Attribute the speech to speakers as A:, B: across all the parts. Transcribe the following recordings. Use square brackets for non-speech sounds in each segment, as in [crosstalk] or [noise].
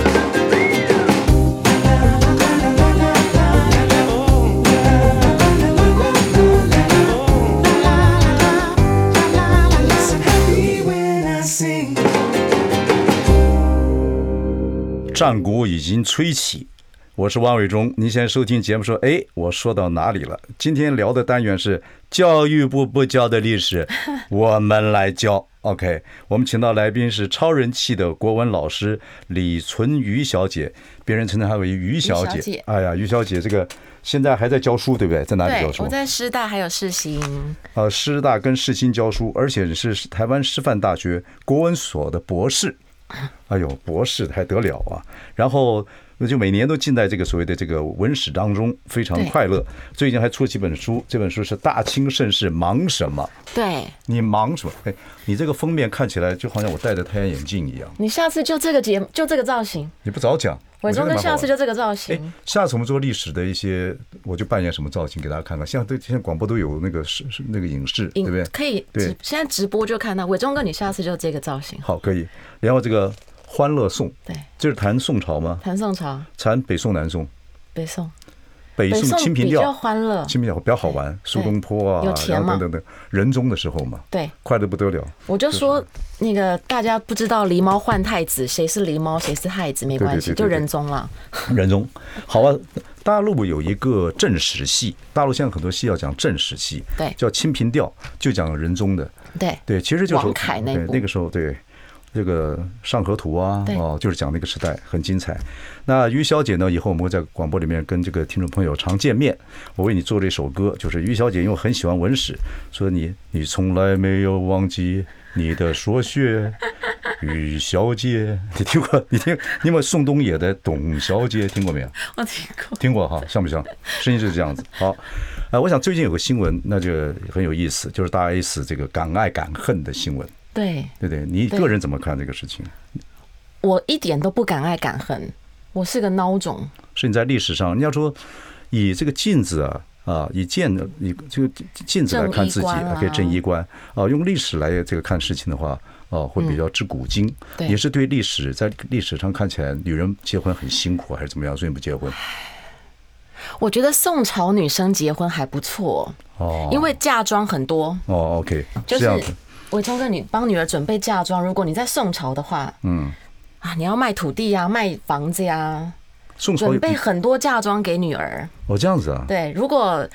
A: Happy when I sing.
B: 战鼓已经吹起，我是汪伟忠。您现在收听节目说，哎，我说到哪里了？今天聊的单元是教育部不教的历
C: [laughs]
B: 史，我们来教。OK，我们请到来宾是超人气的国文老师李存瑜小姐，别人称她为于小姐。
C: 于小姐
B: 哎呀，于小姐，这个现在还在教书，对不对？在哪里
C: 对
B: 教，书
C: 我？在师大还有世新，
B: 呃，师大跟世新教书，而且是台湾师范大学国文所的博士。哎呦，博士还得了啊！然后我就每年都浸在这个所谓的这个文史当中，非常
C: 对
B: 快乐。最近还出几本书，这本书是《大清盛世忙什么》，
C: 对
B: 你忙什么？哎，你这个封面看起来就好像我戴着太阳眼镜一样，
C: 你下次就这个节目就这个造型，
B: 你不早讲，
C: 伟忠
B: 觉
C: 哥
B: 得蛮好
C: 下次就
B: 玩
C: 这个造
B: 哎
C: 型，，
B: 下次我们做历史的一些，我就扮演什么造型给大家看看。现在对，现在广播都有那个是是那个影视，对
C: 影
B: 不对？
C: 可以
B: 对
C: 直现在直播就看到伟忠哥，你下次就这个造型，
B: 好，可以。然后这个《欢乐颂》，
C: 对，
B: 这是谈宋朝吗？
C: 谭宋朝
B: 谈北宋、南宋，
C: 北宋，
B: 北
C: 北
B: 宋《清
C: 宋
B: 平
C: 比
B: 调
C: 较》，欢乐，
B: 《清平调》比较好玩，苏东坡啊
C: 有，钱
B: 然后
C: 嘛
B: 等等等，仁宗的时候嘛，
C: 对
B: 快得不得了。 [laughs]
C: 我就说那个大家不知道狸猫换太子，谁是狸猫谁是太子没
B: 对
C: 关
B: 对
C: 系，
B: 对
C: 就
B: 对对
C: 仁宗了，
B: 仁宗，好啊。大陆有一个正史系，大陆现在很多戏要讲正史系，
C: 对
B: 叫《清平调》，就讲仁宗的。
C: 对
B: 对，其实就是
C: 王凯那
B: 对
C: 部
B: 那个时候对。这个上河图啊，
C: 对
B: 哦，就是讲那个时代很精彩。那于小姐呢，以后我们会在广播里面跟这个听众朋友常见面。我为你做了一首歌，就是于小姐因为很喜欢文史，说你你从来没有忘记你的说学，于小姐，你听过？你听，你有没有宋冬野的《董小姐》听过没有？
C: 我听过，
B: 听过
C: [laughs]
B: 哈，像不像？声音就是这样子。好，呃，我想最近有个新闻，那就很有意思，就是大 S 这个敢爱敢恨的新闻，
C: 对
B: 对不对？你
C: 对
B: 个人怎么看这个事情？
C: 我一点都不敢爱敢恨，我是个孬种，
B: 是你在历史上，你要说以这个镜子啊。啊，以剑的，以这个镜子来看自己，
C: 正义观啊
B: 可以正衣冠啊。用历史来这个看事情的话，啊，会比较治古今，
C: 嗯对
B: 也是对历史在历史上看起来，女人结婚很辛苦啊还是怎么样，所以不结婚
C: 我觉得宋朝女生结婚还不错，
B: 哦。
C: 因为嫁妆很多。
B: 哦，OK，
C: 就是
B: 这样子，
C: 伟忠哥，你帮女儿准备嫁妆，如果你在宋朝的话，
B: 嗯，
C: 啊，你要卖土地呀、卖房子呀、
B: 宋朝
C: 准
B: 有
C: 备很多嫁妆给女儿。
B: 哦这样子啊，
C: 对，如果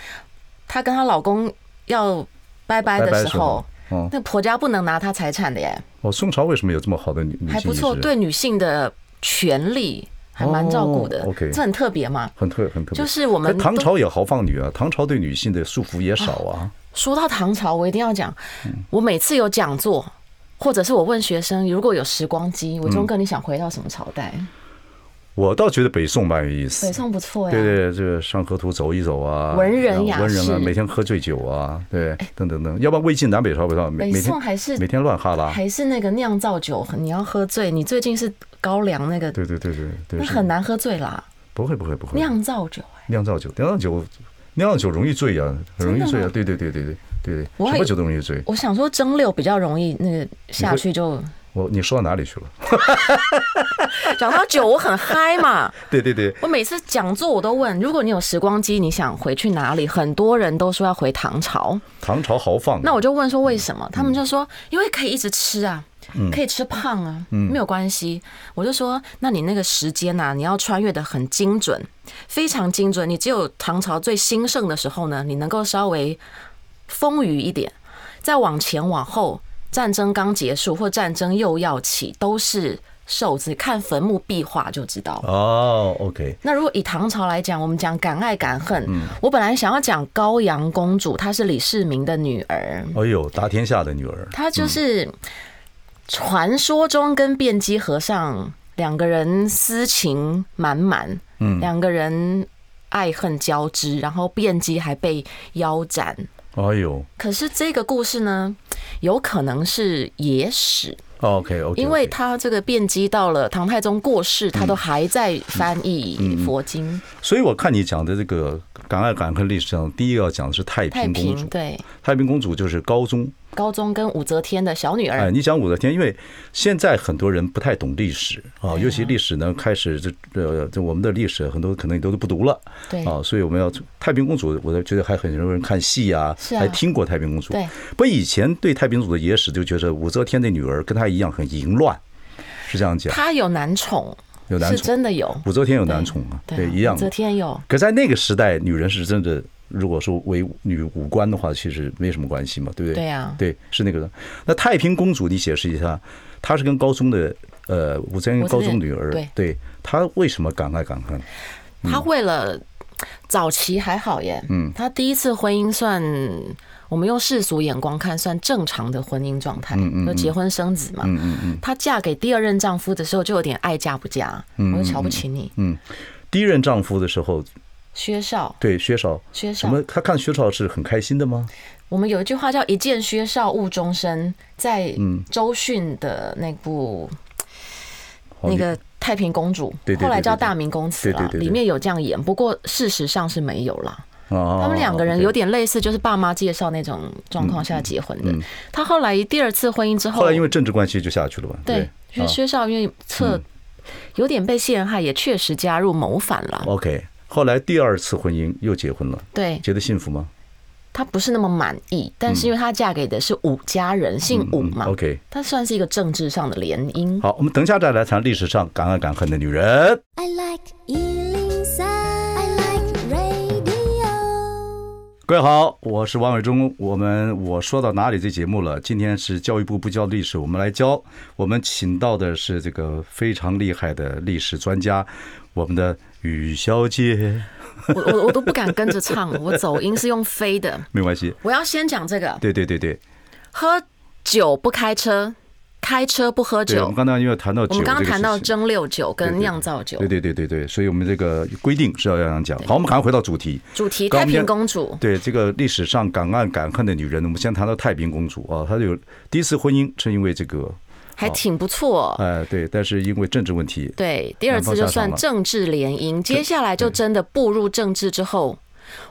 C: 她跟她老公要拜拜
B: 拜拜
C: 的时
B: 的时候
C: 候，
B: 哦
C: 那婆家不能拿她财产的耶，
B: 哦，宋朝为什么有这么好的女女性
C: 还
B: 意识？
C: 不错，，对女性的权利还蛮照顾的。
B: 哦，OK
C: 这很特别嘛。
B: 很特很特别。
C: 就是我们
B: 可唐
C: 都
B: 朝也豪放女啊，唐朝对女性的束缚也少啊。
C: 说到唐朝，我一定要讲，我每次有讲座，或者是我问学生，如果有时光机，我忠哥你想回到什么朝代？
B: 我倒觉得北宋蛮有意思
C: 北。宋不错呀。
B: 对对，这个上河图走一走啊，
C: 文人
B: 然后
C: 雅
B: 文人啊，
C: 士哎
B: 每天喝醉酒啊，对，等等等，要不然魏晋南北朝不知道，每
C: 北
B: 每
C: 宋
B: 天
C: 还是
B: 每天乱哈拉，
C: 还是那个酿造酒，你要喝醉，你最近是高粱那个，
B: 对对对对对，
C: 那
B: 是
C: 很难喝醉啦。
B: 不会不会不会，
C: 酿造酒、哎
B: 酿造酒，酿造酒，酿造酒容易醉啊，很容易醉啊，对对对对对对对，
C: 我
B: 什么
C: 还
B: 酒都容易醉。
C: 我想说蒸馏比较容易，那个下去就
B: 我你说到哪里去了？ [laughs]
C: [laughs] 讲到酒，我很嗨嘛。
B: 对对对，
C: 我每次讲座我都问，如果你有时光机，你想回去哪里？很多人都说要回唐朝，
B: 唐朝豪放啊，
C: 那我就问说为什么？他们就说因为可以一直吃啊，可以吃胖啊，没有关系。我就说，那你那个时间啊，你要穿越的很精准，非常精准。你只有唐朝最兴盛的时候呢，你能够稍微丰腴一点，再往前往后，战争刚结束或战争又要起，都是瘦子。看坟墓壁画就知道。
B: 哦，OK，
C: 那如果以唐朝来讲，我们讲敢爱敢恨。我本来想要讲高阳公主，她是李世民的女儿。
B: 哎呦，打天下的女儿，
C: 他就是传说中跟辩机和尚两个人私情满满，嗯，两个人爱恨交织，然后辩机还被腰斩。
B: 哎呦，
C: 可是这个故事呢，有可能是野史。
B: OK OK，
C: 因为他这个遍及到了唐太宗过世，他都还在翻译佛经。
B: 所以我看你讲的这个敢爱敢恨历史上，第一个要讲的是太
C: 太
B: 平公
C: 平
B: 主。
C: 对
B: 太平公主就是高宗，
C: 高宗跟武则天的小女
B: 哎，
C: 儿，
B: 你讲武则天，因为现在很多人不太懂历史
C: 哎
B: 啊，尤其历史呢，开始这呃，这我们的历史很多可能你都不读了，
C: 对
B: 啊，所以我们要太平公主，我觉得还很多人看戏啊，
C: 是啊
B: 还听过太平公主，
C: 对，
B: 不以前对太平公主的野史就觉得武则天的女儿跟她一样很淫乱，是这样讲，
C: 她有男宠，
B: 有男
C: 是
B: 宠，
C: 真的有，
B: 武则天有男宠啊，对，一样
C: 武
B: 的
C: 则。天有，
B: 可在那个时代，女人是真的，如果说为女武官的话，其实没什么关系嘛，对不对？
C: 对啊
B: 对，是那个的。那太平公主，你解释一下，啊她是跟高宗的呃武则天
C: 武则
B: 高
C: 天
B: 宗女儿，
C: 对
B: 她为什么敢爱敢恨？嗯
C: 她为了早期还好耶，嗯，她第一次婚姻算。我们用世俗眼光看，算正常的婚姻状态，
B: 嗯
C: 就结婚生子嘛。嗯嗯嗯、她嫁给第二任丈夫的时候，就有点爱嫁不嫁，
B: 嗯
C: 我就瞧不起你，
B: 第一任丈夫的时候，
C: 薛少。
B: 对薛少，
C: 薛
B: 什
C: 少
B: 么？她看薛少是很开心的吗？
C: 我们有一句话叫“一见薛少误终身”，在
B: 嗯
C: 周迅的那部、
B: 哦
C: 那个《太平公主》
B: 对对对
C: 后来叫《大明宫词》
B: 对对，
C: 啦
B: 对对
C: 里面有这样演，不过事实上是没有啦。
B: 啊，
C: 他们两个人有
B: 点。
C: 点类似，就是爸妈介绍那种状况下结婚的。他后来第二次婚姻之后，
B: 嗯后来因为政治关系就下去了吧？
C: 对，因为
B: 啊
C: 薛少因为测有点被陷害，也确实加入谋反了。
B: OK。后来第二次婚姻又结婚了，
C: 对
B: 觉得幸福吗？
C: 他不是那么满意，但是因为她嫁给的是武家人，姓武嘛，
B: 嗯 OK
C: 他算是一个政治上的联姻。
B: 好，我们等一下再来谈历史上敢爱敢恨的女人。
D: I like Ealing Sound. I like radio.
B: 各位好，我是王伟忠。我们我说到哪里这节目了？今天是教育部不教历史，我们来教。我们请到的是这个非常厉害的历史专家，我们的雨小姐。
C: 我我我都不敢跟
B: [laughs]
C: 着唱，我走音是用飞的。
B: 没关系，
C: 我要先讲这个，
B: 对对对对，
C: 喝酒不开车，开车不喝
B: 对。我
C: 酒
B: 们。刚才因为谈到
C: 我
B: 酒
C: 们
B: 这
C: 刚
B: 个
C: 刚
B: 事
C: 谈到
B: 情
C: 蒸馏酒跟酿造酒
B: 对，对对对对，所以我们这个规定是要这样讲。好，我们赶快回到主题。
C: 主题
B: 刚
C: 太
B: 刚
C: 平公主，
B: 对这个历史上敢爱敢恨的女人，我们先谈到太平公主啊，她有第一次婚姻是因为这个，
C: 还挺不错。
B: 呃，对，但是因为政治问题，
C: 对，第二次就算政治联姻，接下来就真的步入政治之后。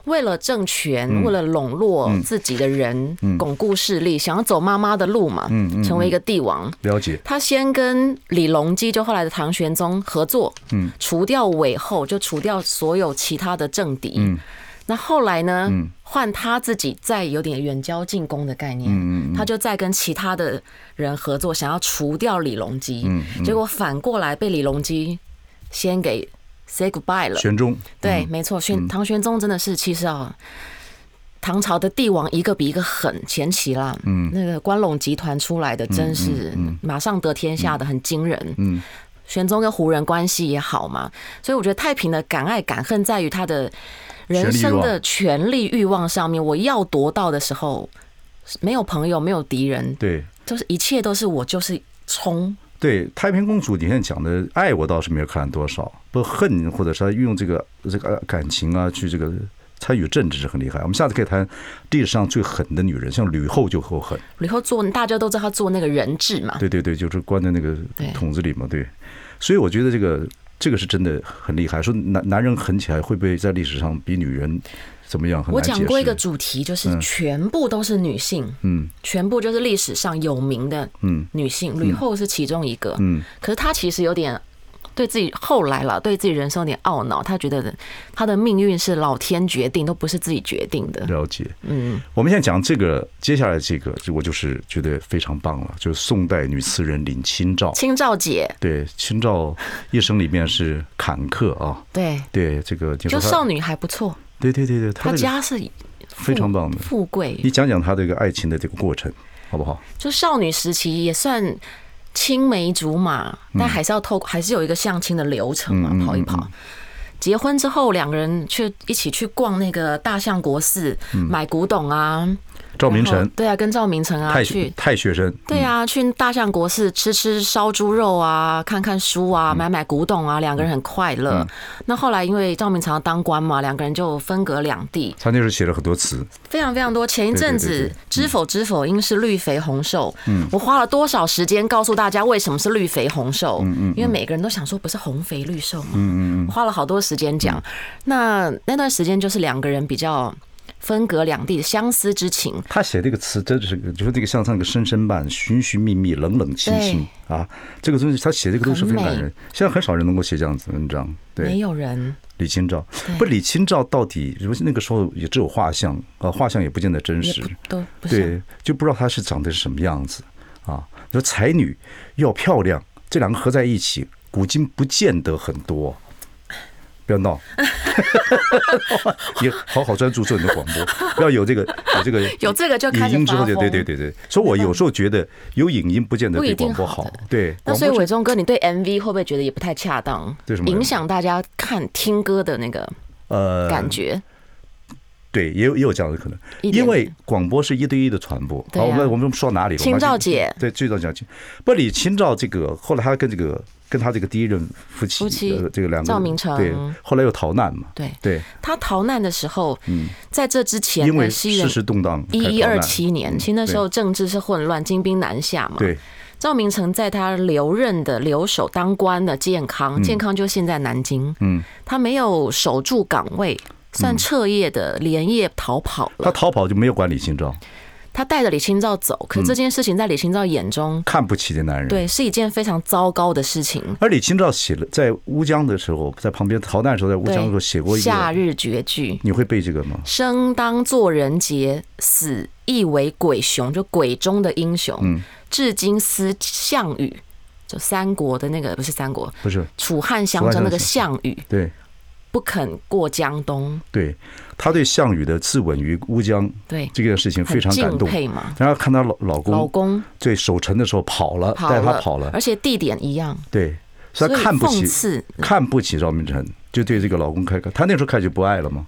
C: 为了政
B: 嗯
C: 权，为了笼络自己的人，巩固势力，想要走妈妈的路嘛，
B: 嗯
C: 成为一个帝王。
B: 了解，
C: 他先跟李隆基，就后来的唐玄宗合作，嗯，除掉韦后，就除掉所有其他的政敌。嗯，那后来呢，换他自己再有点远交近攻的概念，嗯他就再跟其他的人合作，想要除掉李隆基。嗯，结果反过来被李隆基先给 say goodbye 了。
B: 玄宗，
C: 对，没错，宣唐玄宗真的是，其实啊，唐朝的帝王一个比一个狠，前期啦，嗯，那个关陇集团出来的真是马上得天下的，很惊人，嗯。玄宗跟胡人关系也好嘛，所以我觉得太平的敢爱敢恨在于他的人生的权力欲望上面。我要夺到的时候，没有朋友，没有敌人，
B: 对。
C: 就是一切都是我就是冲。
B: 对太平公主，你现在讲的爱，我倒是没有看多少，不恨或者是她运用这个这个感情啊，去这个参与政治是很厉害。我们下次可以谈历史上最狠的女人，像吕后就够狠，
C: 以后做大家都知道他做那个人质嘛，
B: 对对对，就是关在那个
C: 啊对
B: 桶子里嘛，对。所以我觉得这个这个是真的很厉害。说男男人狠起来会不会在历史上比女人怎么样？很
C: 我
B: 难解
C: 讲
B: 释。
C: 过一个主题，就是全部都是女性，
B: 嗯，
C: 全部就是历史上有名的女性，吕后是其中一个，
B: 嗯，
C: 可是她其实有点对自己后来了，对自己人生有点懊恼，她觉得她的命运是老天决定，都不是自己决定的，
B: 了解。
C: 嗯，
B: 我们现在讲这个，接下来这个我就是觉得非常棒了，就是宋代女词人林清照。
C: 清照姐，
B: 对，清照一生里面是坎坷啊。
C: 对，
B: 对，这个听
C: 就
B: 说
C: 少
B: 她，
C: 女还不错，
B: 对对对对，她
C: 她
B: 这个
C: 家是
B: 非常棒的。
C: 富贵，
B: 你讲讲她这个爱情的这个过程，好不好？
C: 就少女时期也算青梅竹马，
B: 嗯
C: 但还是要透，还是有一个相亲的流程嘛，跑一跑。结婚之后，两个人却一起去逛那个大相国寺，买古董啊，
B: 嗯赵明
C: 然
B: 诚
C: 后、对啊，跟赵明诚啊
B: 太嗯
C: 去。
B: 太学生，
C: 对啊，去大相国寺吃吃烧猪肉啊，看看书啊，
B: 嗯
C: 买买古董啊，两个人很快乐。那后来因为赵明诚要当官嘛，两个人就分隔两地，
B: 他那时候写了很多词，
C: 非常非常多。前一
B: 对对
C: 阵
B: 对嗯
C: 子
B: 对
C: “知否知否，应是绿肥红瘦”，我花了多少时间告诉大家为什么是绿肥红瘦？
B: 嗯
C: 因为每个人都想说不是红肥绿瘦吗？花了好多时间
B: 嗯
C: 讲。那那段时间就是两个人比较分隔两地，相思之情。
B: 他写这个词真的是，就是这个像那个深深慢，寻寻觅觅，冷冷清清啊，这个东西他写这个都是非常感
C: 很
B: 人，现在很少人能够写这样子的文章，对，
C: 没有人，
B: 李清照，不，李清照到底那个时候也只有画像啊，画像也不见得真
C: 也
B: 实
C: 不，都不是
B: 对，就不知道她是长得是什么样子啊。你说才女要漂亮，这两个合在一起，古今不见得很多。不要
C: [laughs]
B: 闹，也好好专注做你的广播，不要有这个有这个
C: [laughs] 有这个就开
B: 影
C: 始
B: 音之后
C: 发
B: 就对对对
C: 疯
B: 对，所以我有时候觉得有影音不见得
C: 不一
B: 比
C: 定
B: 广播
C: 好
B: 好
C: 的，
B: 对，
C: 那
B: 广
C: 所以
B: 播
C: 伟忠哥，你对 MV 会不会觉得也不太恰当？
B: 对什么
C: 影响大家看听歌的那个
B: 呃
C: 感觉？
B: 对，也有也有这样的可能，
C: 一点
B: 因为广播是一对一的传播。
C: 对啊
B: 好，我
C: 呀
B: 们我们说到哪里了？我
C: 清
B: 们
C: 照
B: 就
C: 姐
B: 对，最早讲清，不，李清照这个后来她跟这个跟她这个第一任夫妻，
C: 夫妻
B: 呃这个两个
C: 赵明诚
B: 对，后来又逃难嘛，
C: 对
B: 对，嗯
C: 他逃难的时候，在这之前呢，
B: 因为
C: 西元
B: 世事动荡，
C: 一一
B: 才逃
C: 二
B: 难
C: 七年，其实那时候政治是混乱，金兵南下嘛。
B: 对，
C: 赵明诚在他留任的留守当官的健康，健康就现在南京，
B: 嗯，
C: 他没有守住岗位，算彻夜的连夜逃跑
B: 他
C: 了。
B: 逃跑就没有管李清照，
C: 他带着李清照走，可
B: 嗯
C: 这件事情在李清照眼中，
B: 看不起的男人。
C: 对，是一件非常糟糕的事情。
B: 而李清照写了在乌江的时候，在旁边逃难的时候，在乌江的时候
C: 对，
B: 写过一
C: 夏
B: 个，
C: 日绝句。
B: 你会背这个吗？
C: 生当作人杰，死亦为鬼雄，就鬼中的英雄。
B: 嗯
C: 至今思项羽，就三国的那个不是三国，
B: 不是，
C: 楚汉相争那
B: 楚
C: 个
B: 汉相
C: 项羽，
B: 对
C: 不肯过江东。
B: 对，他对项羽的自刎于乌江
C: 对，
B: 这件事情非
C: 很
B: 常感
C: 敬
B: 动。
C: 佩嘛，
B: 然后看她老老公，
C: 老公
B: 对守城的时候跑了，
C: 跑
B: 带
C: 了，
B: 他跑了，
C: 而且地点一样，
B: 对，所
C: 所
B: 以
C: 以
B: 他看不
C: 讽
B: 起，
C: 刺
B: 看不起赵明诚，就对这个老公开始，他那时候开始不爱了吗？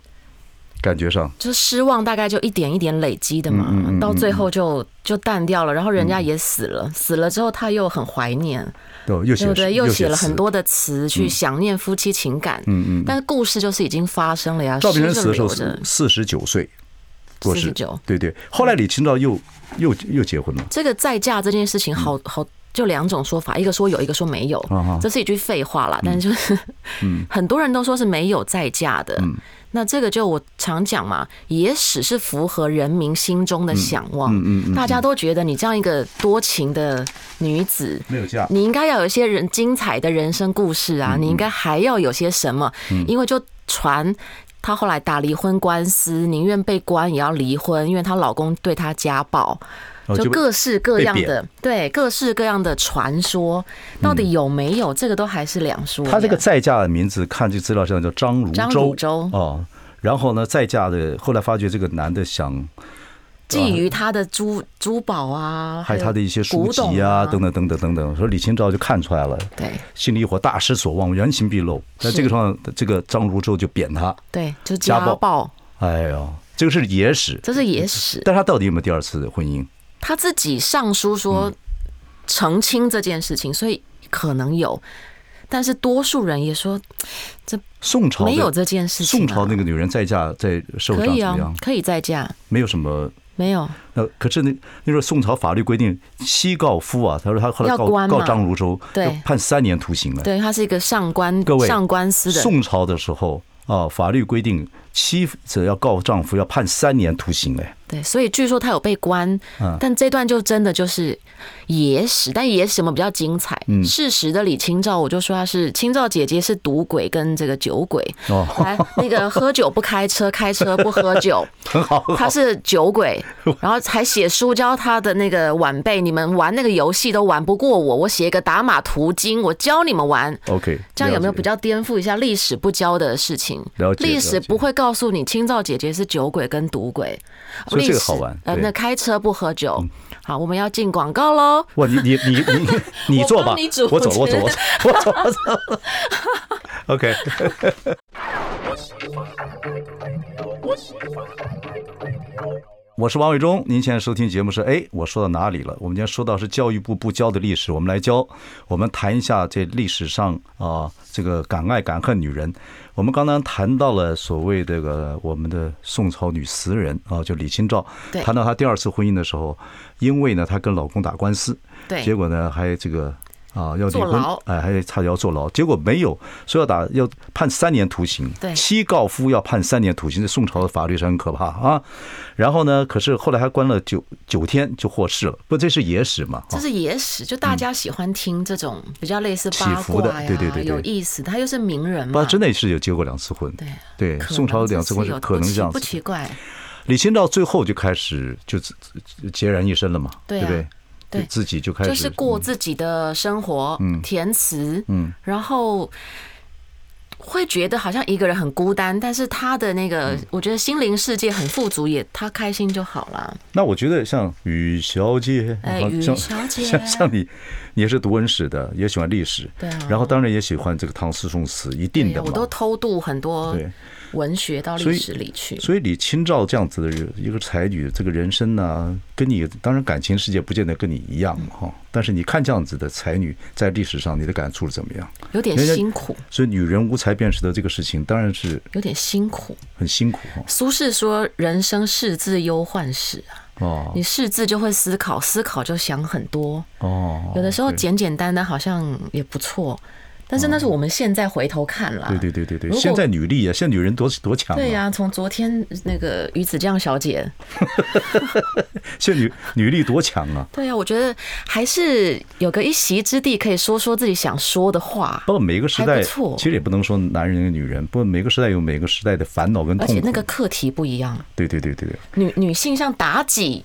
B: 感觉上，
C: 就失望，大概就一点一点累积的嘛，
B: 嗯
C: 到最后就就淡掉了，然后人家也死了，死了之后他又很怀念，
B: 哦，又写
C: 对不对？又写了
B: 词嗯
C: 很。多的词去想念夫妻情感，
B: 嗯嗯
C: 但是故事就是已经发生了呀。
B: 赵明诚死的时候
C: 诗就留着
B: 四十九岁，过世
C: 49，
B: 对对。后来李清照又又又结婚了，
C: 这个再嫁这件事情好，好就两种说法，一个说有，一个说没有
B: 嗯啊哈，嗯
C: 这是一句废话啦。但是就是， [laughs] 很多人都说是没有再嫁的。
B: 嗯
C: 那这个就我常讲嘛，野史是符合人民心
B: 嗯
C: 中的向往，大家都觉得你这样一个多情的女子，
B: 没有嫁
C: 你应该要有一些人精彩的人生故事
B: 嗯
C: 啊，你应该还要有些什么，因为就传。她后来打离婚官司，宁愿被关也要离婚，因为她老公对她家暴，
B: 哦就
C: 就
B: 被
C: 各式各样
B: 被
C: 的对各式各样的传说，到底有没有这个都还是两说呀。
B: 他这个啊再嫁的名字，看这个资料上叫张如
C: 张汝
B: 舟
C: 舟
B: 哦。然后呢，再嫁的，后来发觉这个男的想
C: 觊觎他的珠珠宝啊，
B: 还有他的一些书
C: 古董
B: 籍啊，
C: 啊
B: 等等等等等等。说李清照就看出来了，
C: 对
B: 心里一火，大失所望，原形毕露。在
C: 是
B: 这个上，这个张如舟就贬他。
C: 对，就
B: 家
C: 家
B: 暴
C: 暴，
B: 哎呦，这个是野史。
C: 这是野史。
B: 但他到底有没有第二次婚姻？
C: 他自己上书
B: 嗯
C: 说澄清这件事情，所以可能有，但是多数人也说
B: 宋朝的
C: 没有这件事情啊、
B: 宋朝那个女人再嫁在社会
C: 可
B: 上
C: 以
B: 怎么
C: 啊
B: 样？，哎
C: 可以再嫁，
B: 没有什么。
C: 没有
B: 那可是那那时候宋朝法律规定，西告夫啊，他说他后来
C: 要
B: 告
C: 关嘛
B: 告张如舟，
C: 对
B: 要判三年徒刑啊。
C: 对，他是一个上官
B: 各位
C: 上官司的，
B: 宋朝的时候啊，法律规定妻子要告丈夫要判三年徒刑哎。
C: 对，所以据说他有被关
B: 嗯，
C: 但这段就真的就是野史，但野史什么比较精彩？
B: 嗯
C: 事实的李清照，我就说她是清照姐姐是赌鬼跟这个酒鬼，
B: 哦，
C: 来那个喝酒不开车，开车不喝酒，
B: 很好，很好
C: 他是
B: [laughs]
C: 酒鬼，然后还写书教他的那个晚辈，你们玩那个游戏都玩不过我，我写一个打马图经，我教你们玩。
B: OK，
C: 这样有没有
B: 了解
C: 比较颠覆一下历史不教的事情
B: 了？解
C: 历
B: 了
C: 史
B: 解
C: 不会告诉你清照姐姐是酒鬼跟赌鬼，
B: 所以这个
C: 历史
B: 好玩
C: 呃，
B: 对嗯
C: 那开车不喝酒。好，我们要进广告喽。
B: 哇，你你你
C: [laughs]
B: 你你
C: 我
B: 做吧
C: 帮你主，
B: 我走了，我
C: 持
B: 走了，我走了，我走了，我走 [laughs] 了。OK，我是王伟忠，您现在收听节目是哎，我说到哪里了？我们今天说到是教育部不教的历史，我们来教，我们谈一下这历史上啊、这个敢爱敢恨女人。我们刚刚谈到了所谓这个我们的宋朝女词人啊，就李清照，
C: 对
B: 谈到她第二次婚姻的时候，因为呢她跟老公打官司，
C: 对
B: 结果呢还这个。啊，要离
C: 坐
B: 婚
C: 牢，
B: 哎，还差点要坐牢，结果没有，说要打要判三年徒刑，
C: 对
B: 七告夫要判三年徒刑，这宋朝的法律是很可怕啊。然后呢，可是后来还关了九九天就获释了，不，这是野史嘛？
C: 这
B: 啊
C: 是野史，就大家喜欢听这种比较类似八
B: 起伏的
C: 卦呀，
B: 对对对对
C: 有意思的。他又是名人嘛，
B: 不，真的是有结过两次婚，
C: 对啊
B: 对，
C: 可能
B: 宋朝两次婚
C: 这
B: 是
C: 有
B: 可能
C: 不
B: 这
C: 奇
B: 样
C: 不
B: 子。
C: 奇怪。
B: 李清照最后就开始就自自孑然一身了嘛，
C: 对
B: 对
C: 啊
B: 不对？
C: 对
B: 就自己就开始
C: 就是过自己的生活，填词，
B: 嗯
C: 然后会觉得好像一个人很孤单，但是他的那个，
B: 嗯
C: 我觉得心灵世界很富足，也他开心就好了。
B: 那我觉得像雨小姐， [laughs]
C: 哎
B: 啊
C: 雨
B: 像
C: 小姐
B: 像像你，你也是读文史的，也喜欢历史，
C: 对啊
B: 然后当然也喜欢这个唐诗宋词，一定
C: 对
B: 的
C: 呀，
B: 嘛。
C: 我都偷渡很多
B: 对
C: 文学到
B: 所
C: 历
B: 以
C: 史里去。
B: 所以李清照这样子的人一个才女，这个人生呢、跟你当然感情世界不见得跟你一样哈，但是你看这样子的才女在历史上你的感触是怎么样？
C: 有点
B: 人家
C: 辛苦，
B: 所以女人无才便是德这个事情当然是
C: 有点辛苦。
B: 很辛苦哈。
C: 苏轼说：“人生是自忧患始啊，
B: 哦
C: 你是自就会思考，思考就想很多。
B: 哦，
C: 有的时候
B: 对哦
C: 简简单单好像也不错，但是那是我们现在回头看啦。
B: 对对对对对，
C: 如果
B: 现在女力啊，现在女人多多强啊！
C: 对呀、从昨天那个鱼子酱小姐，
B: 现在女女力多强啊！
C: 对呀、我觉得还是有个一席之地，可以说说自己想说的话
B: 不。过每个时
C: 还
B: 代，
C: 不错
B: 其实也不能说男人跟女人，不过每个时代有每个时代的烦恼跟
C: 而
B: 痛苦。
C: 且那个课题不一样，
B: 对对对对对，
C: 女女性像妲己，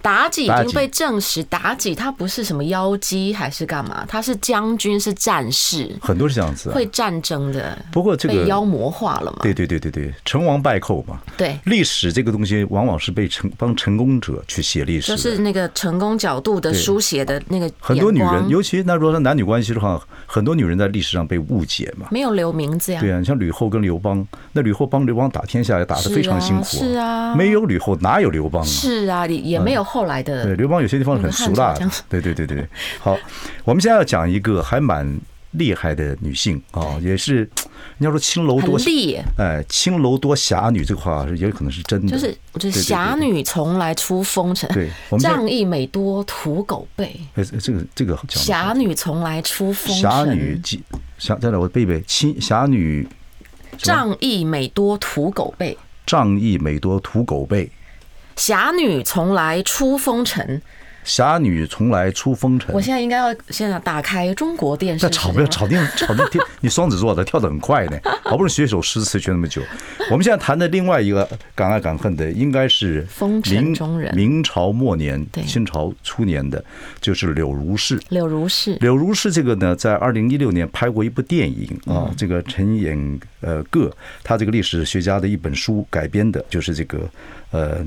C: 妲己已
B: 妲
C: 经
B: 己
C: 被证实，妲己她不是什么妖姬还是干嘛，她是将军，是战士，
B: 很多是这样子、啊。
C: 会战争的。
B: 不过这个
C: 被妖魔化了嘛？
B: 对对对对对，成王败寇嘛。
C: 对
B: 历史这个东西往往是被成帮成功者去写历史
C: 就
B: 的。
C: 是那个成功角度的
B: 对
C: 书写的那个
B: 很多女
C: 眼
B: 人，
C: 光
B: 尤其那如果说男女关系的话，很多女人在历史上被误解嘛。
C: 没有留名字呀。
B: 对啊，你像吕后跟刘邦，那吕后帮刘邦打天下也打得非常辛苦、
C: 是啊是啊
B: 没有吕后哪有刘邦啊？
C: 是啊，也也没有后来
B: 对，
C: 的。
B: 刘邦有些地方很俗辣
C: 嗯那个汉朝这样。
B: 对对对
C: [laughs]
B: 对，好，我们现在要讲一个还蛮厉害的女性啊、也是人家说青楼
C: 很
B: 多，
C: 烈，
B: 哎，青楼多侠女这个话是也有可能是真的，
C: 就是我觉
B: 嗯对
C: 得
B: 对对
C: 侠女从来出风尘
B: 对我，们现在
C: 仗义每多屠狗辈。
B: 哎，这个这个讲得
C: 侠女从来出风尘，
B: 侠女几侠，再来我背背，青侠女什么
C: 仗义每多屠狗辈。
B: 仗义每多屠狗辈，
C: 侠女从来出风尘。
B: 侠女从来出风尘
C: 我。现在应该要现在打开中国电视
B: 那
C: 是吗，
B: 吵不要吵定吵定 [laughs] 天，你双子座的跳得很快呢，好不容易学一首诗词学那么久。我们现在谈的另外一个敢爱敢恨的，应该是
C: 风尘
B: 明
C: 中人
B: 明朝末年
C: 对、
B: 清朝初年的，就是柳如是。
C: 柳如是，
B: 柳如是这个呢，在二零一六年拍过一部电影啊，
C: 嗯
B: 这个陈寅呃个他这个历史学家的一本书改编的，就是这个呃《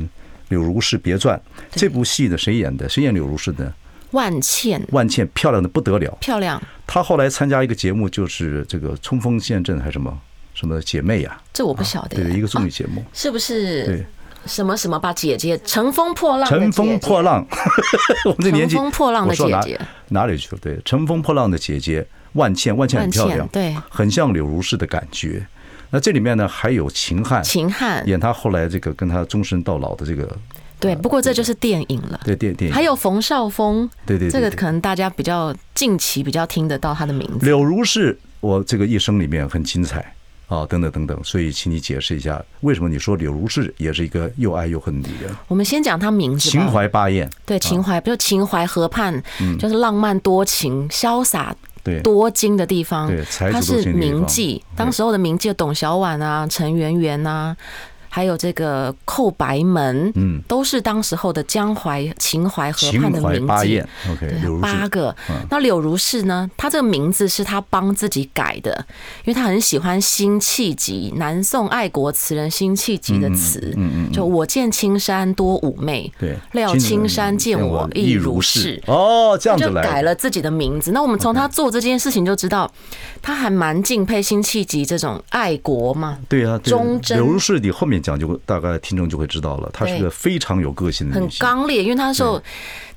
B: 柳如是别传》这部戏呢，谁演的？谁演柳如是呢？
C: 万茜
B: 万茜漂亮的不得了。
C: 漂亮，
B: 她后来参加一个节目，就是这个冲锋陷阵还是什么什么姐妹呀、
C: 这我不晓得
B: 对，一个综艺
C: 啊
B: 节目。
C: 是不是
B: 对？
C: 什么什么把姐姐乘风破浪的姐
B: 乘
C: 姐，
B: 风破浪， [laughs] 我们这年纪，
C: 啊乘风破浪的
B: 我说哪
C: 姐姐
B: 哪里去了？对，乘风破浪的姐姐万茜，万茜很漂亮，
C: 万茜对
B: 很像柳如是的感觉。那这里面呢，还有秦汉，
C: 秦汉，
B: 演她后来这个跟她终身到老的这个
C: 对，不过这就是电影了。
B: 对电电影。
C: 还有冯绍峰，
B: 对对对
C: 这个
B: 对
C: 可能大家比较近期比较听得到他的名字。
B: 柳如是，我这个一生里面很精彩啊，等等等等。所以，请你解释一下，为什么你说柳如是也是一个又爱又恨的人？
C: 我们先讲他名字吧。
B: 秦淮啊嗯八艳，
C: 对秦淮，就秦淮河畔，就是浪漫多情、潇洒
B: 对
C: 多金的地方
B: 对才。子
C: 它
B: 多
C: 是
B: 金的地方
C: 名妓，当时候的名妓有董小宛啊、陈圆圆啊，还有这个寇白门，
B: 嗯
C: 都是当时候的江淮、秦淮河
B: 秦
C: 畔的
B: 淮
C: 名
B: 八
C: 妓
B: 艳。，OK，
C: 对
B: 柳如
C: 八
B: 是。嗯
C: 个。那柳如是呢？她这个名字是她帮自己改的，因为她很喜欢辛弃疾，南宋爱国词人辛弃疾的词，
B: 嗯
C: 就我见青山多妩媚，
B: 对，
C: 料青山见我亦如是。
B: 哦，这样子
C: 就
B: 来
C: 改
B: 的
C: 了自己的名字。那我们从她做这件事情就知道，她还蛮敬佩辛弃疾这种爱国嘛。
B: 对啊，对
C: 忠贞
B: 柳如是，你后面面讲就大概听众就会知道了，她是
C: 对
B: 个非常有个性的
C: 很
B: 女性。
C: 刚烈，因为她那时候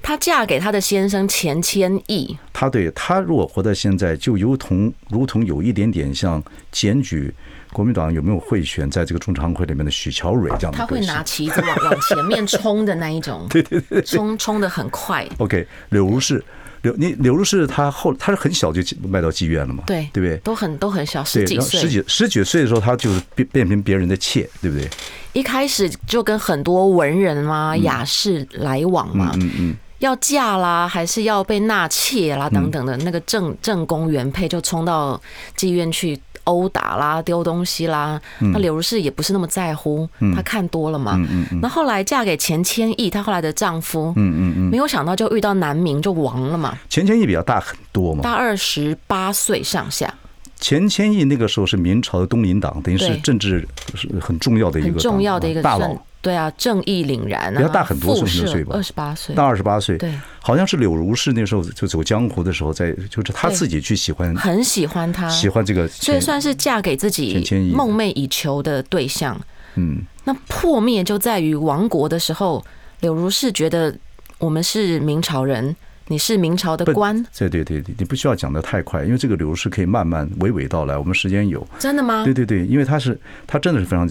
C: 她嫁给她的先生钱谦益，
B: 她对她如果活到现在，就如同如同有一点点像检举国民党有没有贿选，在这个中常会里面的许乔蕊这样的
C: 她
B: 个
C: 会
B: 性。
C: 拿旗子往往前面冲的那
B: [laughs]
C: 一种，对对对，冲冲的很快，
B: OK，柳如是，柳你柳如是她后她是很小就卖到妓院了嘛？
C: 对
B: 对不对？
C: 都很都很小，十
B: 对，
C: 几
B: 然后十
C: 岁，
B: 几十几岁的时候，她就是变变成别人的妾，对不对？
C: 一开始就跟很多文人啊、雅士来往嘛，
B: 嗯嗯，
C: 要嫁啦，还是要被纳妾啦等等的，那个正正宫原配就冲到妓院去殴打啦、丢东西啦。
B: 嗯
C: 那柳如是也不是那么在乎，她看多了嘛。
B: 嗯
C: 那后来嫁给钱谦益，她后来的丈夫，
B: 嗯
C: 没有想到就遇到南明就亡了嘛，
B: 钱谦益比较大很多嘛
C: 大。二十八岁上下，
B: 钱谦益那个时候是明朝的东林党，等于是
C: 对
B: 政治是很重要的一个
C: 很重要的一个
B: 党啊大
C: 正
B: 佬，
C: 对啊，正义凛然啊，
B: 比他大很多是不是岁吧
C: 二十八岁
B: 大，二十八岁。
C: 对，
B: 好像是柳如是那时候就走江湖的时候，在就是她
C: 对
B: 自己去喜欢
C: 很喜欢他，
B: 喜欢这个钱，
C: 所以算是嫁给自己
B: 钱谦益
C: 梦寐以求的对象。
B: 嗯，
C: 那破灭就在于亡国的时候，柳如是觉得我们是明朝人，你是明朝的
B: 不
C: 官，
B: 对对对对，你不需要讲得太快，因为这个柳如是可以慢慢娓娓道来，我们时间有。
C: 真的吗
B: 对？对对，因为她是她真的是非常，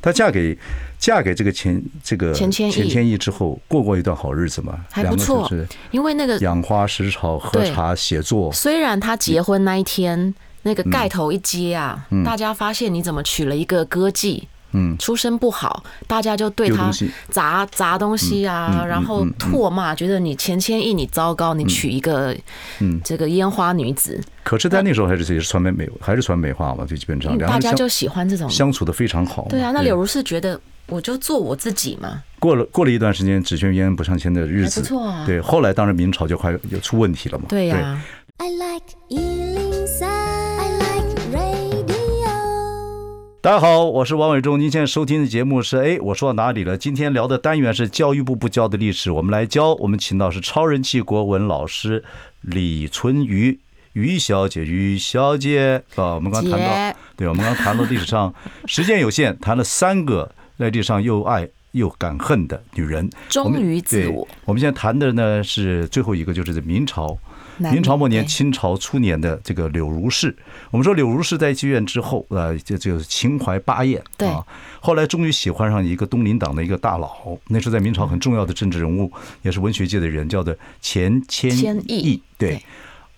B: 她嫁给嫁给这个钱这个
C: 钱谦益
B: 钱谦益之后，过过一段好日子嘛，
C: 还不
B: 两
C: 错
B: 个就是
C: 因为那个
B: 养花食草、喝
C: 对
B: 茶、写作，
C: 虽然他结婚那一天那
B: 嗯
C: 个盖头一揭啊，大家发现你怎么娶了一个歌妓。
B: 嗯
C: 出身不好，大家就对
B: 丢
C: 他
B: 东西
C: 砸砸东西啊，
B: 嗯嗯
C: 然后
B: 嗯
C: 唾骂，觉得你钱谦益你糟糕，你娶一个
B: 嗯
C: 这个烟花女子，
B: 可是，在那时候还是也是传媒美，还是传美化嘛，就基本上
C: 嗯
B: 两
C: 大
B: 个
C: 家
B: 人
C: 就
B: 相
C: 喜欢这种。
B: 相处的非常好嘛。
C: 对啊，那柳如是觉得我就做我自己嘛，
B: 过了过了一段时间，只羡鸳鸯不上仙的日
C: 还
B: 子，
C: 不错啊
B: 对，后来当然明朝就快就出问题了嘛。
C: 对呀、啊
D: I like Ealing Sound. I like radio.
B: 大家好，我是王伟忠，您现在收听的节目是哎，我说到哪里了？今天聊的单元是教育部不教的历史，我们来教，我们请到是超人气国文老师李春雨。于小姐，于小姐啊，我们刚刚谈
C: 姐
B: 到，对，我们刚刚谈到历史上，时间有限，谈了三个在历史上又爱又敢恨的女人，
C: 忠
B: 我们
C: 于自
B: 对
C: 我
B: 我们现在谈的呢是最后一个，就是明朝，
C: 南
B: 明朝末年、
C: 对
B: 清朝初年的这个柳如是。我们说柳如是在妓院之后，呃，这就是秦淮八艳，
C: 对
B: 啊，后来终于喜欢上一个东林党的一个大佬，那时候在明朝很重要的政治人物，也是文学界的人，叫做钱谦
C: 谦
B: 益
C: 益，
B: 对
C: 对。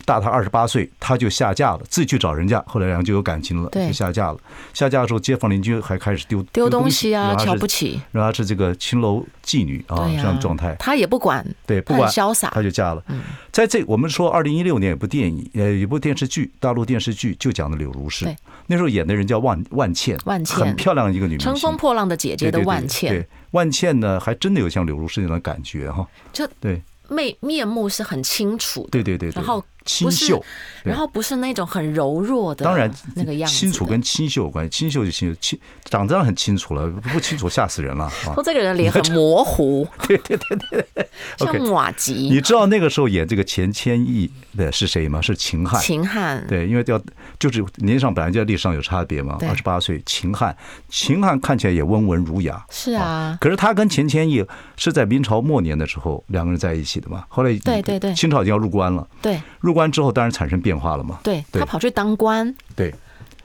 B: 大他二十八岁，他就下嫁了，自己去找人家，后来两个就有感情了，
C: 对
B: 就下嫁了。下嫁的时候，街坊邻居还开始丢
C: 丢
B: 东
C: 东西啊，
B: 然后她
C: 瞧
B: 是
C: 不起，
B: 然后她是这个青楼妓女啊，
C: 对
B: 这
C: 呀、
B: 样状态。
C: 他也不管，
B: 对，
C: 他
B: 不
C: 很
B: 管
C: 潇洒嗯
B: 她就嫁了。在这，我们说二零一六年有部电影，呃，有部电视剧，大陆电视剧就讲的柳如是
C: 对，
B: 那时候演的人叫万万茜，
C: 万茜
B: 很漂亮一个女明星，
C: 乘风破浪的姐姐
B: 对
C: 的
B: 对对
C: 万茜，
B: 对，万茜呢还真的有像柳如是那种感觉哈，
C: 就
B: 对，
C: 面面目是很清楚的，
B: 对对对对，
C: 然后
B: 清
C: 不是
B: 秀，对
C: 然后不是那种很柔弱的，
B: 当然
C: 那个样子的，
B: 清楚跟清秀有关系，清秀就清秀，清长得当然很清楚了， [laughs] 不不清楚吓死人了啊
C: [laughs] 说！这个人的脸很
B: [laughs]
C: 模糊，对对对对
B: OK
C: 像马
B: 你
C: 吉、
B: 知道那个时候演这个钱谦益的是谁吗？是秦汉，
C: 秦汉，
B: 对，因为要就是年纪上本来就在历史上有差别嘛，
C: 对
B: 二十八岁，秦汉，秦汉看起来也温文儒雅，
C: 是啊，
B: 可是他跟钱谦益是在明朝末年的时候两个人在一起的嘛，后来
C: 对对对
B: 清朝已经要入关了，
C: 对
B: 入关之后当然产生变化了嘛，
C: 对，
B: 对
C: 他跑去当官，
B: 对，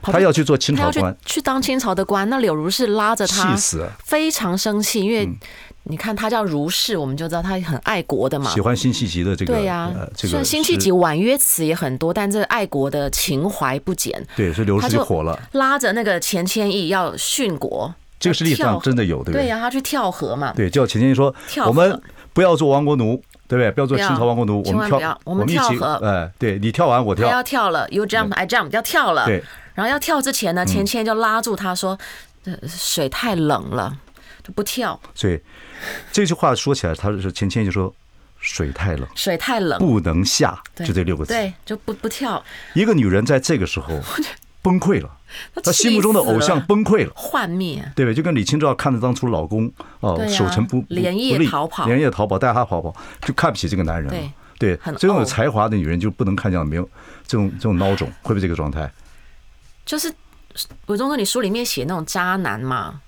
C: 跑
B: 他
C: 去
B: 要去做清
C: 他要
B: 朝
C: 去
B: 官，
C: 去当清朝的官，那柳如是拉着他，
B: 气死嗯啊
C: 非常生气，因为你看他叫如是，我们就知道他很爱国的嘛
B: 喜。欢辛弃疾的这个
C: 对呀、
B: 呃这
C: 虽
B: 个
C: 然辛弃
B: 诗
C: 疾婉约词也很多，但这爱国的情怀不减，
B: 对，所以刘
C: 他
B: 氏
C: 就
B: 就火了，
C: 拉着那个钱谦益要殉国，
B: 这个是历史
C: 跳
B: 上
C: 河
B: 真的有对不
C: 对呀、他去跳河嘛，
B: 对，叫钱谦益说
C: 跳，
B: 我们
C: 河
B: 不要做亡国奴，对不对？不要做
C: 不
B: 清
C: 要
B: 朝亡国奴，我
C: 千
B: 们
C: 万不
B: 跳
C: 要，我
B: 们
C: 们
B: 一
C: 跳
B: 起，
C: 河
B: 哎，对你跳完我
C: 他
B: 跳，
C: 要跳了，you jump I jump 要跳了，
B: 对。嗯
C: 然后要跳之前呢，钱谦益就拉住他说，呃，水太冷了，就不跳，
B: 所以这句话说起来，他是钱谦益就说水太冷，
C: 水太冷，
B: 不能下，
C: 哦对
B: 就这六个字。
C: 对，就不不跳，
B: 一个女人在这个时
C: [laughs]
B: 候崩溃了，她心目中的偶像崩溃了。
C: 幻灭，
B: 对不对？就跟李清照看着当初老公哦、
C: 对啊
B: 守城不不
C: 连夜
B: 不利
C: 逃跑
B: 连夜逃跑，带她跑跑，就看不起这个男人了。对，
C: 很
B: 这种有
C: 傲
B: 才华的女人就不能看这样没有这种这种孬种，会不会这个状态？
C: 就是。伟忠哥，你书里面写那种渣男嘛，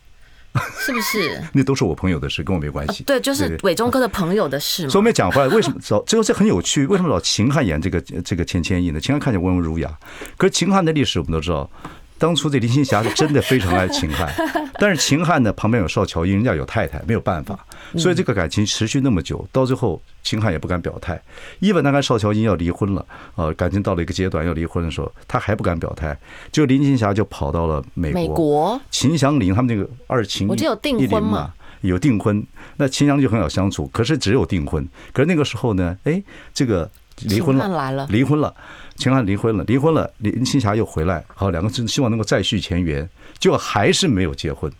C: 是
B: [laughs]
C: 不是？
B: 那都是我朋友的事，跟我没关系。
C: 哦对，就是伟忠哥的朋友的事
B: 所以
C: 嘛。
B: 我们讲回来，为什么找 [laughs] 这个这很有趣？为什么找秦汉演这个这个钱谦益呢？秦汉看起来温文儒雅，可是秦汉的历史我们都知道，当初这林青霞是真的非常爱秦
C: [laughs]
B: 汉，但是秦汉呢旁边有邵乔英，人家有太太，没有办法，
C: 嗯
B: 所以这个感情持续那么久，到最后秦汉也不敢表态。伊本他跟邵乔英要离婚了，呃，感情到了一个阶段要离婚的时候，他还不敢表态，就林青霞就跑到了美国。
C: 美国
B: 秦祥林他们那个二秦一，
C: 我记得有订
B: 一林
C: 婚嘛
B: 嘛，有订婚，那秦阳就很好相处。可是只有订婚，可是那个时候呢，哎，这个离婚
C: 秦汉来
B: 了
C: 了，
B: 离婚了，秦汉离婚了，离婚了，林青霞又回来，好，两个真希望能够再续前缘，结果还是没有结婚，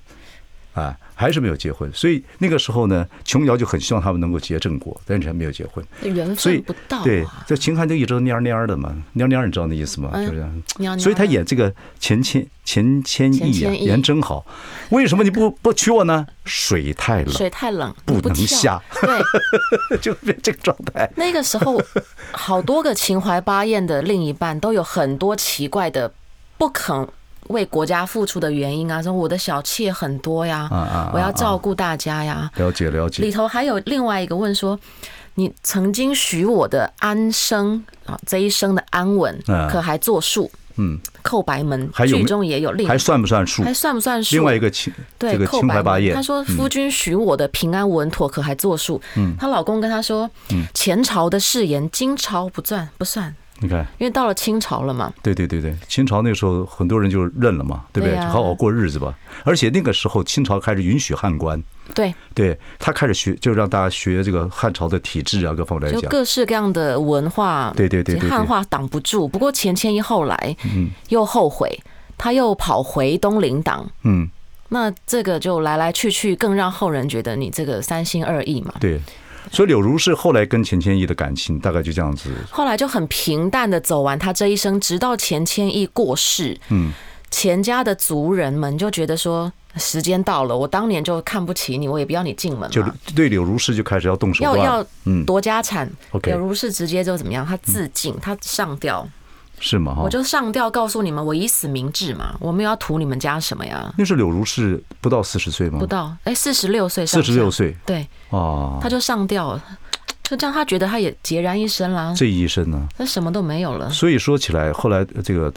B: 啊，还是没有结婚。所以那个时候呢，琼瑶就很希望他们能够结正果，但是还没有结婚。
C: 缘
B: 所以
C: 分不到
B: 对
C: 啊，。
B: 这秦汉就一直蔫儿蔫儿的嘛，蔫儿蔫儿，你知道那意思吗？
C: 嗯
B: 就是这样
C: 蔫儿蔫儿的
B: 所以他演这个钱谦钱谦
C: 钱
B: 益啊，
C: 谦益
B: 演真好。为什么你不 [laughs] 不娶我呢？水太冷，
C: 水太冷，
B: 不能
C: 跳
B: 下。[laughs]
C: 对，
B: 就变这个状态。
C: 那个时候好多个秦淮八艳的另一半都有很多奇怪的不肯。为国家付出的原因啊，说我的小妾很多呀，
B: 啊啊啊
C: 我要照顾大家呀，
B: 了解了解
C: 里，头还有另外一个问说，你曾经许我的安生啊，这一生的安稳，
B: 嗯
C: 可还作数？
B: 嗯，
C: 寇白门
B: 还有没
C: 剧中也有另
B: 还算不算数
C: 还？算不算数？
B: 另外一个清
C: 对
B: 这个
C: 寇
B: 清淮
C: 白
B: 八
C: 门，
B: 艳，
C: 他说夫君许我的平安稳妥，可还作数？嗯，她老公跟她说，
B: 嗯
C: 前朝的誓言今朝不算不算，
B: 你看，
C: 因为到了清朝了嘛，
B: 对对对对，清朝那时候很多人就认了嘛，对不对？
C: 对呀
B: 好好过日子吧。而且那个时候清朝开始允许汉官，
C: 对，
B: 对他开始学，就让大家学这个汉朝的体制啊，各方面来
C: 就
B: 讲。
C: 各式各样的文化，
B: 对对对嗯对对
C: 汉化挡不住。不过钱谦益后来又后悔，他又跑回东林党，
B: 嗯，
C: 那这个就来来去去，更让后人觉得你这个三心二意嘛。
B: 对。所以柳如是后来跟钱谦益的感情大概就这样子，
C: 后来就很平淡的走完他这一生，直到钱谦益过世，嗯，钱家的族人们就觉得说时间到了，我当年就看不起你，我也不要你进门
B: 就
C: 嘛，
B: 对柳如是就开始要动手
C: 啊要
B: 段，
C: 要
B: 嗯，
C: 夺家产。
B: OK 嗯
C: 有如是直接就怎么样，他自尽，他上吊，
B: 是吗？哈
C: 我，就上吊告诉你们，我以死明志嘛，我没有要图你们家什么呀，
B: 那是柳如是不到四十岁吗？
C: 不到哎四十六岁，
B: 四十六，岁
C: 对，
B: 啊，
C: 他就上吊了，就这样，他觉得他也孑然一身啦，
B: 这一生呢、
C: 他什么都没有了。
B: 所以说起来，后来呃这个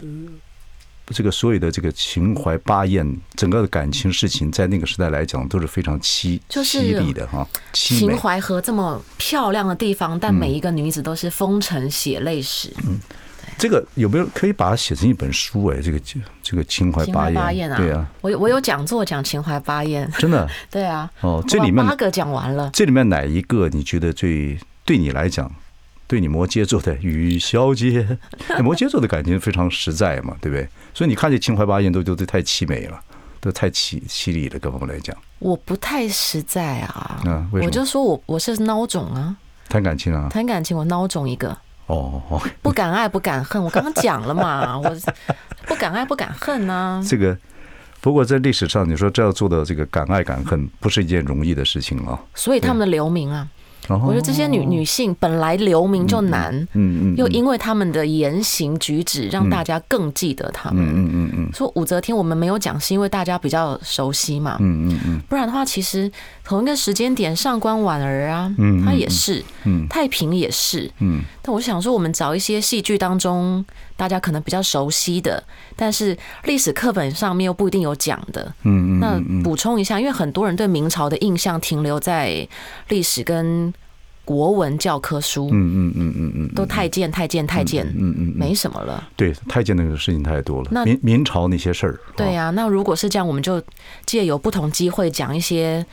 B: 这个所有的这个秦淮八艳，整个的感情事情，在那个时代来讲都是非常凄
C: 就是
B: 凄厉的哈，凄
C: 秦
B: 美。
C: 淮河这么漂亮的地方，但每一个女子都是风尘血泪史。
B: 嗯这个有没有可以把它写成一本书？哎，这个这个秦淮
C: 秦
B: 八
C: 淮八
B: 艳
C: 艳啊，
B: 对啊，
C: 我有我有讲座讲秦淮八艳，
B: 真的
C: [laughs] 对啊，
B: 哦
C: 我
B: 这里面
C: 把八个讲完了，
B: 这里面哪一个你觉得最对你来讲，对你摩羯座的雨小姐，哎摩羯座的感情非常实在嘛，对不对？所以你看这秦淮八艳都都都太凄美了，都太凄凄厉了，各方面来讲，
C: 我不太实在啊，
B: 嗯为什么
C: 我就说我我是孬种啊，
B: 谈感情啊，
C: 谈感情我孬种一个，
B: 哦哦。
C: 不敢爱不敢恨，我刚刚讲
B: [laughs]
C: 了嘛，我不敢爱不敢恨啊，
B: 这个，不过在历史上，你说这要做到这个敢爱敢恨，不是一件容易的事情啊。
C: 所以他们的留名啊，
B: 然后
C: 我觉得这些女女性本来留名就难，
B: 哦嗯嗯
C: 又因为他们的言行举止让大家更记得他们。
B: 嗯嗯嗯
C: 说武则天我们没有讲，是因为大家比较熟悉嘛，
B: 嗯嗯嗯，
C: 不然的话，其实同一个时间点，上官婉儿啊，
B: 嗯
C: 她
B: 嗯
C: 也是，
B: 嗯
C: 太平也是，
B: 嗯，
C: 但我想说，我们找一些戏剧当中大家可能比较熟悉的，但是历史课本上面又不一定有讲的，
B: 嗯嗯
C: 那补充一下，因为很多人对明朝的印象停留在历史跟国文教科书，
B: 嗯嗯嗯嗯嗯，
C: 都太监、太监、太监，
B: 嗯嗯
C: 没什么了。
B: 对，太监那个事情太多了。明明朝那些事儿，
C: 对呀、那如果是这样，我们就借由不同机会讲一些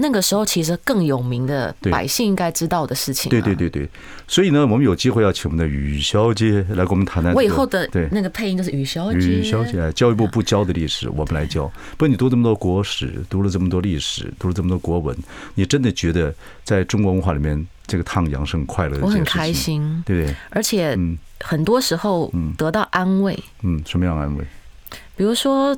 C: 那个时候其实更有名的
B: 对
C: 百姓应该知道的事情、啊。
B: 对对。对对，所以呢，我们有机会要请我们的雨小姐来跟我们谈谈。
C: 我以后的
B: 对
C: 那个配音就是雨小姐，
B: 雨小姐，教育部不教的历史，我们来教。不，你读这么多国史，读了这么多历史，读了这么多国文，你真的觉得在中国文化里面，这个烫阳是很快乐的一
C: 我
B: 件事情，
C: 很开心，
B: 对不对？
C: 而且
B: 嗯
C: 很多时候得到安慰，
B: 嗯，什么样的安慰？
C: 比如说。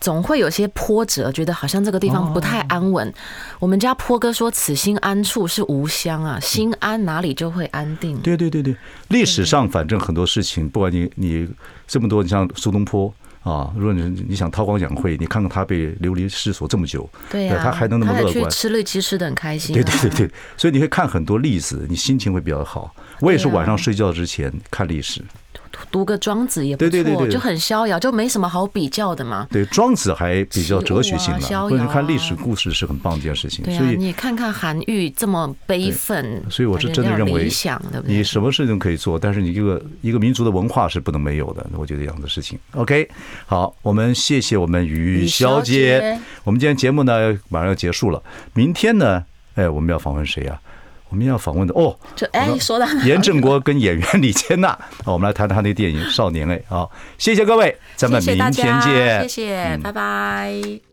C: 总会有些波折，觉得好像这个地方不太安
B: 哦
C: 稳。我们家坡哥说：“此心安处是吾乡啊，心安哪里就会安定。”
B: 对对对对，历史上反正很多事情，不管你你这么多，你像苏东坡啊。如果你你想韬光养晦，你看看他被流离失所这么久，
C: 对呀、
B: 他还能那么乐
C: 他还
B: 观
C: 去，吃绿鸡吃的很开心、啊。
B: 对对对对，所以你会看很多例子，你心情会比较好。我也是
C: 对啊
B: 晚上睡觉之前看历史，
C: 读个庄子也不
B: 对
C: 错，
B: 对对对
C: 就很逍遥，就没什么好比较的嘛。
B: 对庄子还比较哲学性
C: 起雾啊
B: 了，
C: 逍
B: 或者
C: 遥啊
B: 看历史故事是很棒的一件事情。
C: 对啊，
B: 所以
C: 你看看韩愈这么悲愤，
B: 所以我是
C: 感觉
B: 真的
C: 这样
B: 认为
C: 理想，对不
B: 你
C: 对？
B: 什么事情可以做，但是你一个一个民族的文化是不能没有的。我觉得这样的事情。OK，好，我们谢谢我们于
C: 于
B: 小
C: 小
B: 姐。
C: 姐
B: 我们今天节目呢马上要结束了，明天呢，哎，我们要访问谁啊？我们要访问的哦，
C: 就哎，说到 [laughs] 哪
B: 严正国跟演员李千娜，啊我们来谈谈那个电影《少年》哎，好，谢谢各位，咱们
C: 谢
B: 明
C: 谢大
B: 天
C: 家
B: 见，嗯
C: 谢谢，拜拜。